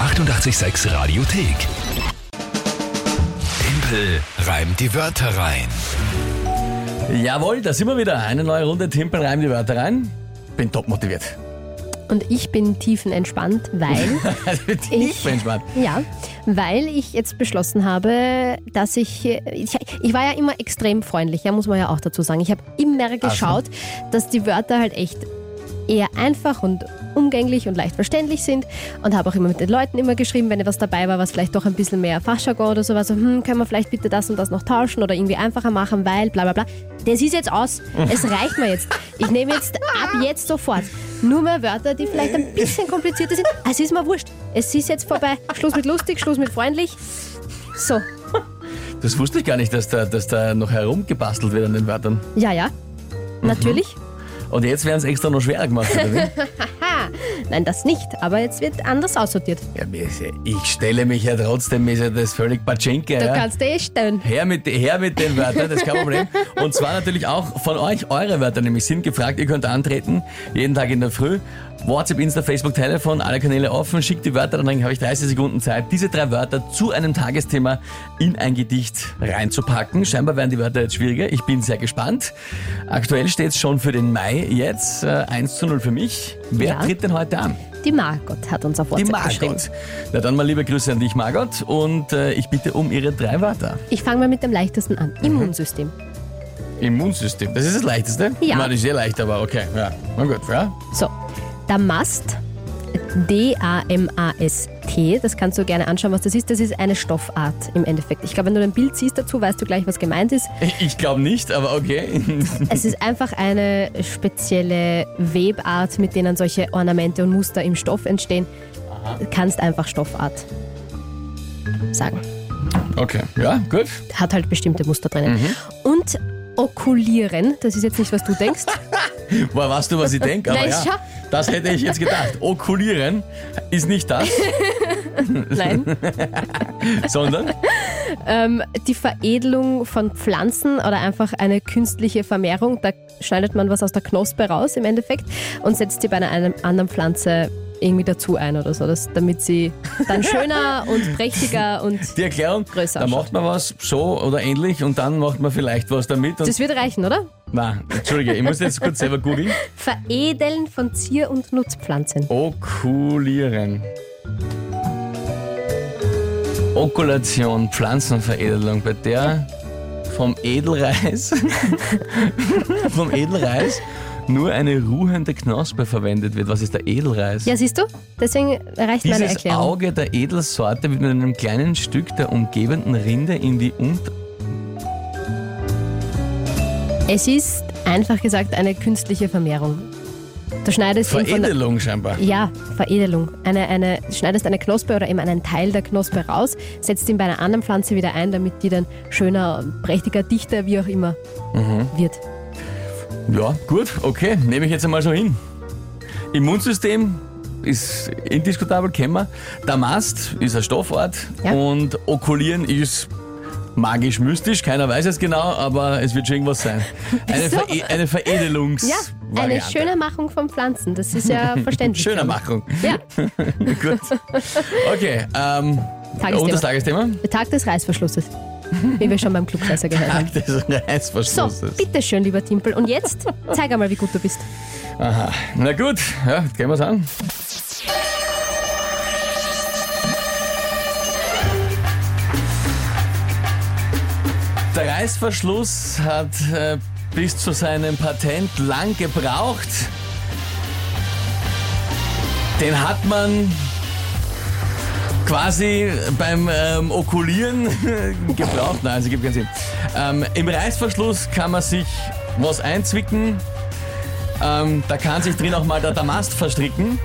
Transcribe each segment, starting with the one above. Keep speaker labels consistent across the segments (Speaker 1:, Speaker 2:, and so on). Speaker 1: 886 Radiothek. Tempel reimt die Wörter rein.
Speaker 2: Jawohl, da sind wir wieder. Eine neue Runde Timpel reim die Wörter rein. Bin top motiviert.
Speaker 3: Und ich bin tiefenentspannt, weil,
Speaker 2: ich bin entspannt.
Speaker 3: ja, weil ich jetzt beschlossen habe, dass ich, äh, ich, ich war ja immer extrem freundlich, ja, muss man ja auch dazu sagen. Ich habe immer geschaut, dass die Wörter halt echt eher einfach und umgänglich und leicht verständlich sind und habe auch immer mit den Leuten immer geschrieben, wenn etwas dabei war, was vielleicht doch ein bisschen mehr Fachjargon oder so war, so, hm, können wir vielleicht bitte das und das noch tauschen oder irgendwie einfacher machen, weil bla bla bla. Das ist jetzt aus, es reicht mir jetzt. Ich nehme jetzt ab jetzt sofort nur mehr Wörter, die vielleicht ein bisschen komplizierter sind. Ah, Es ist mir wurscht, es ist jetzt vorbei. Schluss mit lustig, Schluss mit freundlich. So,
Speaker 2: Das wusste ich gar nicht, dass da, dass da noch herumgebastelt wird an den Wörtern.
Speaker 3: ja, ja, natürlich.
Speaker 2: Und jetzt werden es extra noch schwerer gemacht, oder wie?
Speaker 3: Haha, nein, das nicht, aber jetzt wird anders aussortiert.
Speaker 2: Ja, mir ist ja, ich stelle mich ja trotzdem, mir ist ja das völlig Patschenke.
Speaker 3: Da
Speaker 2: ja.
Speaker 3: kannst du eh stellen.
Speaker 2: Her mit, her mit den Wörtern, das ist kein Problem. Und zwar natürlich auch von euch, eure Wörter nämlich sind gefragt. Ihr könnt antreten, jeden Tag in der Früh. WhatsApp, Insta, Facebook, Telefon, alle Kanäle offen. Schickt die Wörter, dann habe ich 30 Sekunden Zeit, diese drei Wörter zu einem Tagesthema in ein Gedicht reinzupacken. Scheinbar werden die Wörter jetzt schwieriger. Ich bin sehr gespannt. Aktuell steht es schon für den Mai jetzt. Äh, 1 zu 0 für mich. Wer
Speaker 3: Ja.
Speaker 2: tritt denn heute an?
Speaker 3: Die Margot hat uns auf
Speaker 2: Die
Speaker 3: WhatsApp geschrieben.
Speaker 2: Margot. Na dann mal liebe Grüße an dich, Margot. Und äh, ich bitte um ihre drei Wörter.
Speaker 3: Ich fange mal mit dem leichtesten an.
Speaker 2: Mhm.
Speaker 3: Immunsystem.
Speaker 2: Immunsystem, das ist das Leichteste?
Speaker 3: Ja.
Speaker 2: Nein, das ist sehr leicht, aber okay. Ja. Na gut, ja.
Speaker 3: So, Damast, D-A-M-A-S-T, das kannst du gerne anschauen, was das ist. Das ist eine Stoffart im Endeffekt. Ich glaube, wenn du ein Bild siehst dazu, weißt du gleich, was gemeint ist.
Speaker 2: Ich glaube nicht, aber okay.
Speaker 3: Es ist einfach eine spezielle Webart, mit denen solche Ornamente und Muster im Stoff entstehen. Du kannst einfach Stoffart sagen.
Speaker 2: Okay, ja, gut.
Speaker 3: Hat halt bestimmte Muster drinnen.
Speaker 2: Mhm.
Speaker 3: Und okulieren, das ist jetzt nicht, was du denkst.
Speaker 2: Boah, weißt du, was ich denke? Aber
Speaker 3: Nein,
Speaker 2: ja,
Speaker 3: schau.
Speaker 2: das hätte ich jetzt gedacht. Okulieren ist nicht das,
Speaker 3: Nein.
Speaker 2: sondern
Speaker 3: Ähm, die Veredelung von Pflanzen oder einfach eine künstliche Vermehrung, da schneidet man was aus der Knospe raus im Endeffekt und setzt die bei einer einem anderen Pflanze irgendwie dazu ein oder so, dass, damit sie dann schöner und prächtiger und
Speaker 2: die Erklärung,
Speaker 3: Größer
Speaker 2: da
Speaker 3: ausschaut.
Speaker 2: macht man was so oder ähnlich und dann macht man vielleicht was damit. Und,
Speaker 3: das wird reichen, oder?
Speaker 2: na, Entschuldige, ich muss jetzt kurz selber googeln.
Speaker 3: Veredeln von Zier- und Nutzpflanzen.
Speaker 2: Okulieren. Okulation, Pflanzenveredelung, bei der vom Edelreis, vom Edelreis nur eine ruhende Knospe verwendet wird. Was ist der Edelreis?
Speaker 3: Ja, siehst du? Deswegen reicht meine
Speaker 2: Dieses
Speaker 3: Erklärung.
Speaker 2: Auge der Edelsorte wird mit einem kleinen Stück der umgebenden Rinde in die und
Speaker 3: Es ist einfach gesagt eine künstliche Vermehrung. Du schneidest ihn von der
Speaker 2: Veredelung scheinbar.
Speaker 3: Ja, Veredelung. Eine, eine, schneidest eine Knospe oder eben einen Teil der Knospe raus, setzt ihn bei einer anderen Pflanze wieder ein, damit die dann schöner, prächtiger, dichter, wie auch immer
Speaker 2: Mhm.
Speaker 3: wird.
Speaker 2: Ja, gut, okay, nehme ich jetzt einmal so hin. Immunsystem ist indiskutabel, kennen wir. Damast ist ein Stoffort
Speaker 3: Ja.
Speaker 2: und Okulieren ist magisch-mystisch, keiner weiß es genau, aber es wird schon irgendwas sein. Eine,
Speaker 3: Wieso?
Speaker 2: Vere eine Veredelungs.
Speaker 3: Ja, eine
Speaker 2: Variante.
Speaker 3: schöne Machung von Pflanzen, das ist ja verständlich.
Speaker 2: Schöner
Speaker 3: glaube
Speaker 2: Machung.
Speaker 3: ich. Ja,
Speaker 2: gut. Okay, ähm,
Speaker 3: Tagesthema.
Speaker 2: und das Tagesthema?
Speaker 3: der Tag des Reißverschlusses, wie wir schon beim Klugscheißer gehört
Speaker 2: Tag
Speaker 3: haben.
Speaker 2: des
Speaker 3: So,
Speaker 2: Reißverschlusses.
Speaker 3: bitteschön, lieber Timpel. Und jetzt zeig einmal, wie gut du bist.
Speaker 2: Aha. Na gut, ja, gehen wir's an. Der Reißverschluss hat äh, bis zu seinem Patent lang gebraucht. Den hat man quasi beim ähm, Okulieren gebraucht. Nein, also gibt keinen Sinn. Ähm, Im Reißverschluss kann man sich was einzwicken, ähm, da kann sich drin auch mal der Damast verstricken.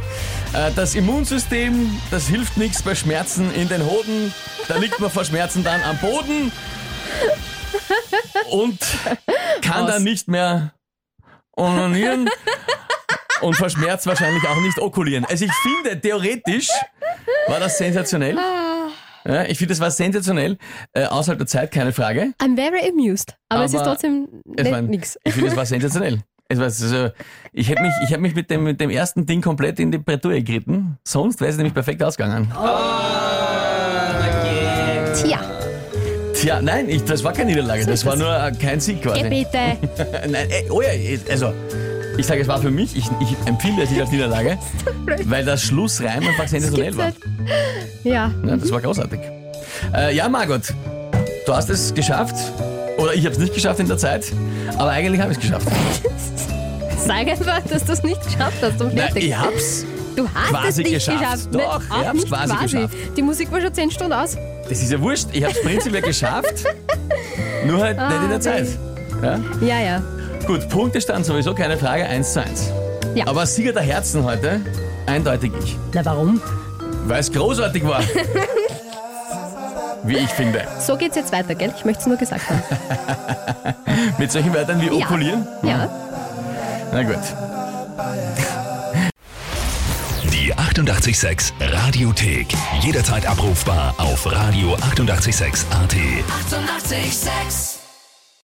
Speaker 2: Äh, das Immunsystem, das hilft nichts bei Schmerzen in den Hoden. Da liegt man vor Schmerzen dann am Boden und kann
Speaker 3: Aus.
Speaker 2: dann nicht mehr onanieren und vor Schmerz wahrscheinlich auch nicht okulieren. Also ich finde, theoretisch war das sensationell. Ja, ich finde, das war sensationell. Äh, außerhalb der Zeit, keine Frage.
Speaker 3: I'm very amused, aber, es ist
Speaker 2: Aber
Speaker 3: trotzdem
Speaker 2: Ich
Speaker 3: nicht
Speaker 2: mein,
Speaker 3: nix.
Speaker 2: Ich finde, es war sensationell. Es war so, ich hätte mich, ich hab mich mit, dem, mit dem ersten Ding komplett in die Bretouille geritten. Sonst wäre es nämlich perfekt ausgegangen. äh,
Speaker 3: Tja,
Speaker 2: Tja, nein, ich, das war keine Niederlage, das war nur äh, kein Sieg quasi.
Speaker 3: geh bitte.
Speaker 2: Nein, ey, oh ja, also ich sage, es war für mich, ich, ich empfinde es nicht als Niederlage, weil das Schlussreim einfach sensationell war.
Speaker 3: Ja,
Speaker 2: Ja, das war großartig. Äh, ja, Margot, du hast es geschafft. Oder ich habe es nicht geschafft in der Zeit, aber eigentlich habe ich es geschafft.
Speaker 3: sag einfach, dass du es nicht geschafft hast. Und
Speaker 2: Nein,
Speaker 3: fertig.
Speaker 2: ich hab's.
Speaker 3: du hast
Speaker 2: quasi
Speaker 3: es nicht
Speaker 2: geschafft.
Speaker 3: geschafft.
Speaker 2: Doch,
Speaker 3: Nein,
Speaker 2: ich
Speaker 3: auch
Speaker 2: hab's
Speaker 3: nicht
Speaker 2: quasi
Speaker 3: Die Musik war schon 10 Stunden aus.
Speaker 2: Das ist ja wurscht. Ich habe es prinzipiell geschafft. Nur halt nicht
Speaker 3: Ah,
Speaker 2: in der Zeit. Ja?
Speaker 3: Ja, ja.
Speaker 2: Gut, Punktestand sowieso keine Frage, 1 zu 1.
Speaker 3: Ja.
Speaker 2: Aber Sieger der Herzen heute, eindeutig ich.
Speaker 3: Na warum?
Speaker 2: Weil es großartig war. Wie ich finde.
Speaker 3: So geht's jetzt weiter, gell? Ich möchte es nur gesagt haben.
Speaker 2: Mit solchen Wörtern wie
Speaker 3: Ja.
Speaker 2: okulieren.
Speaker 3: Ja.
Speaker 2: Na gut.
Speaker 1: Die 886 Radiothek. Jederzeit abrufbar auf radio886.at. 886! 886.
Speaker 4: 886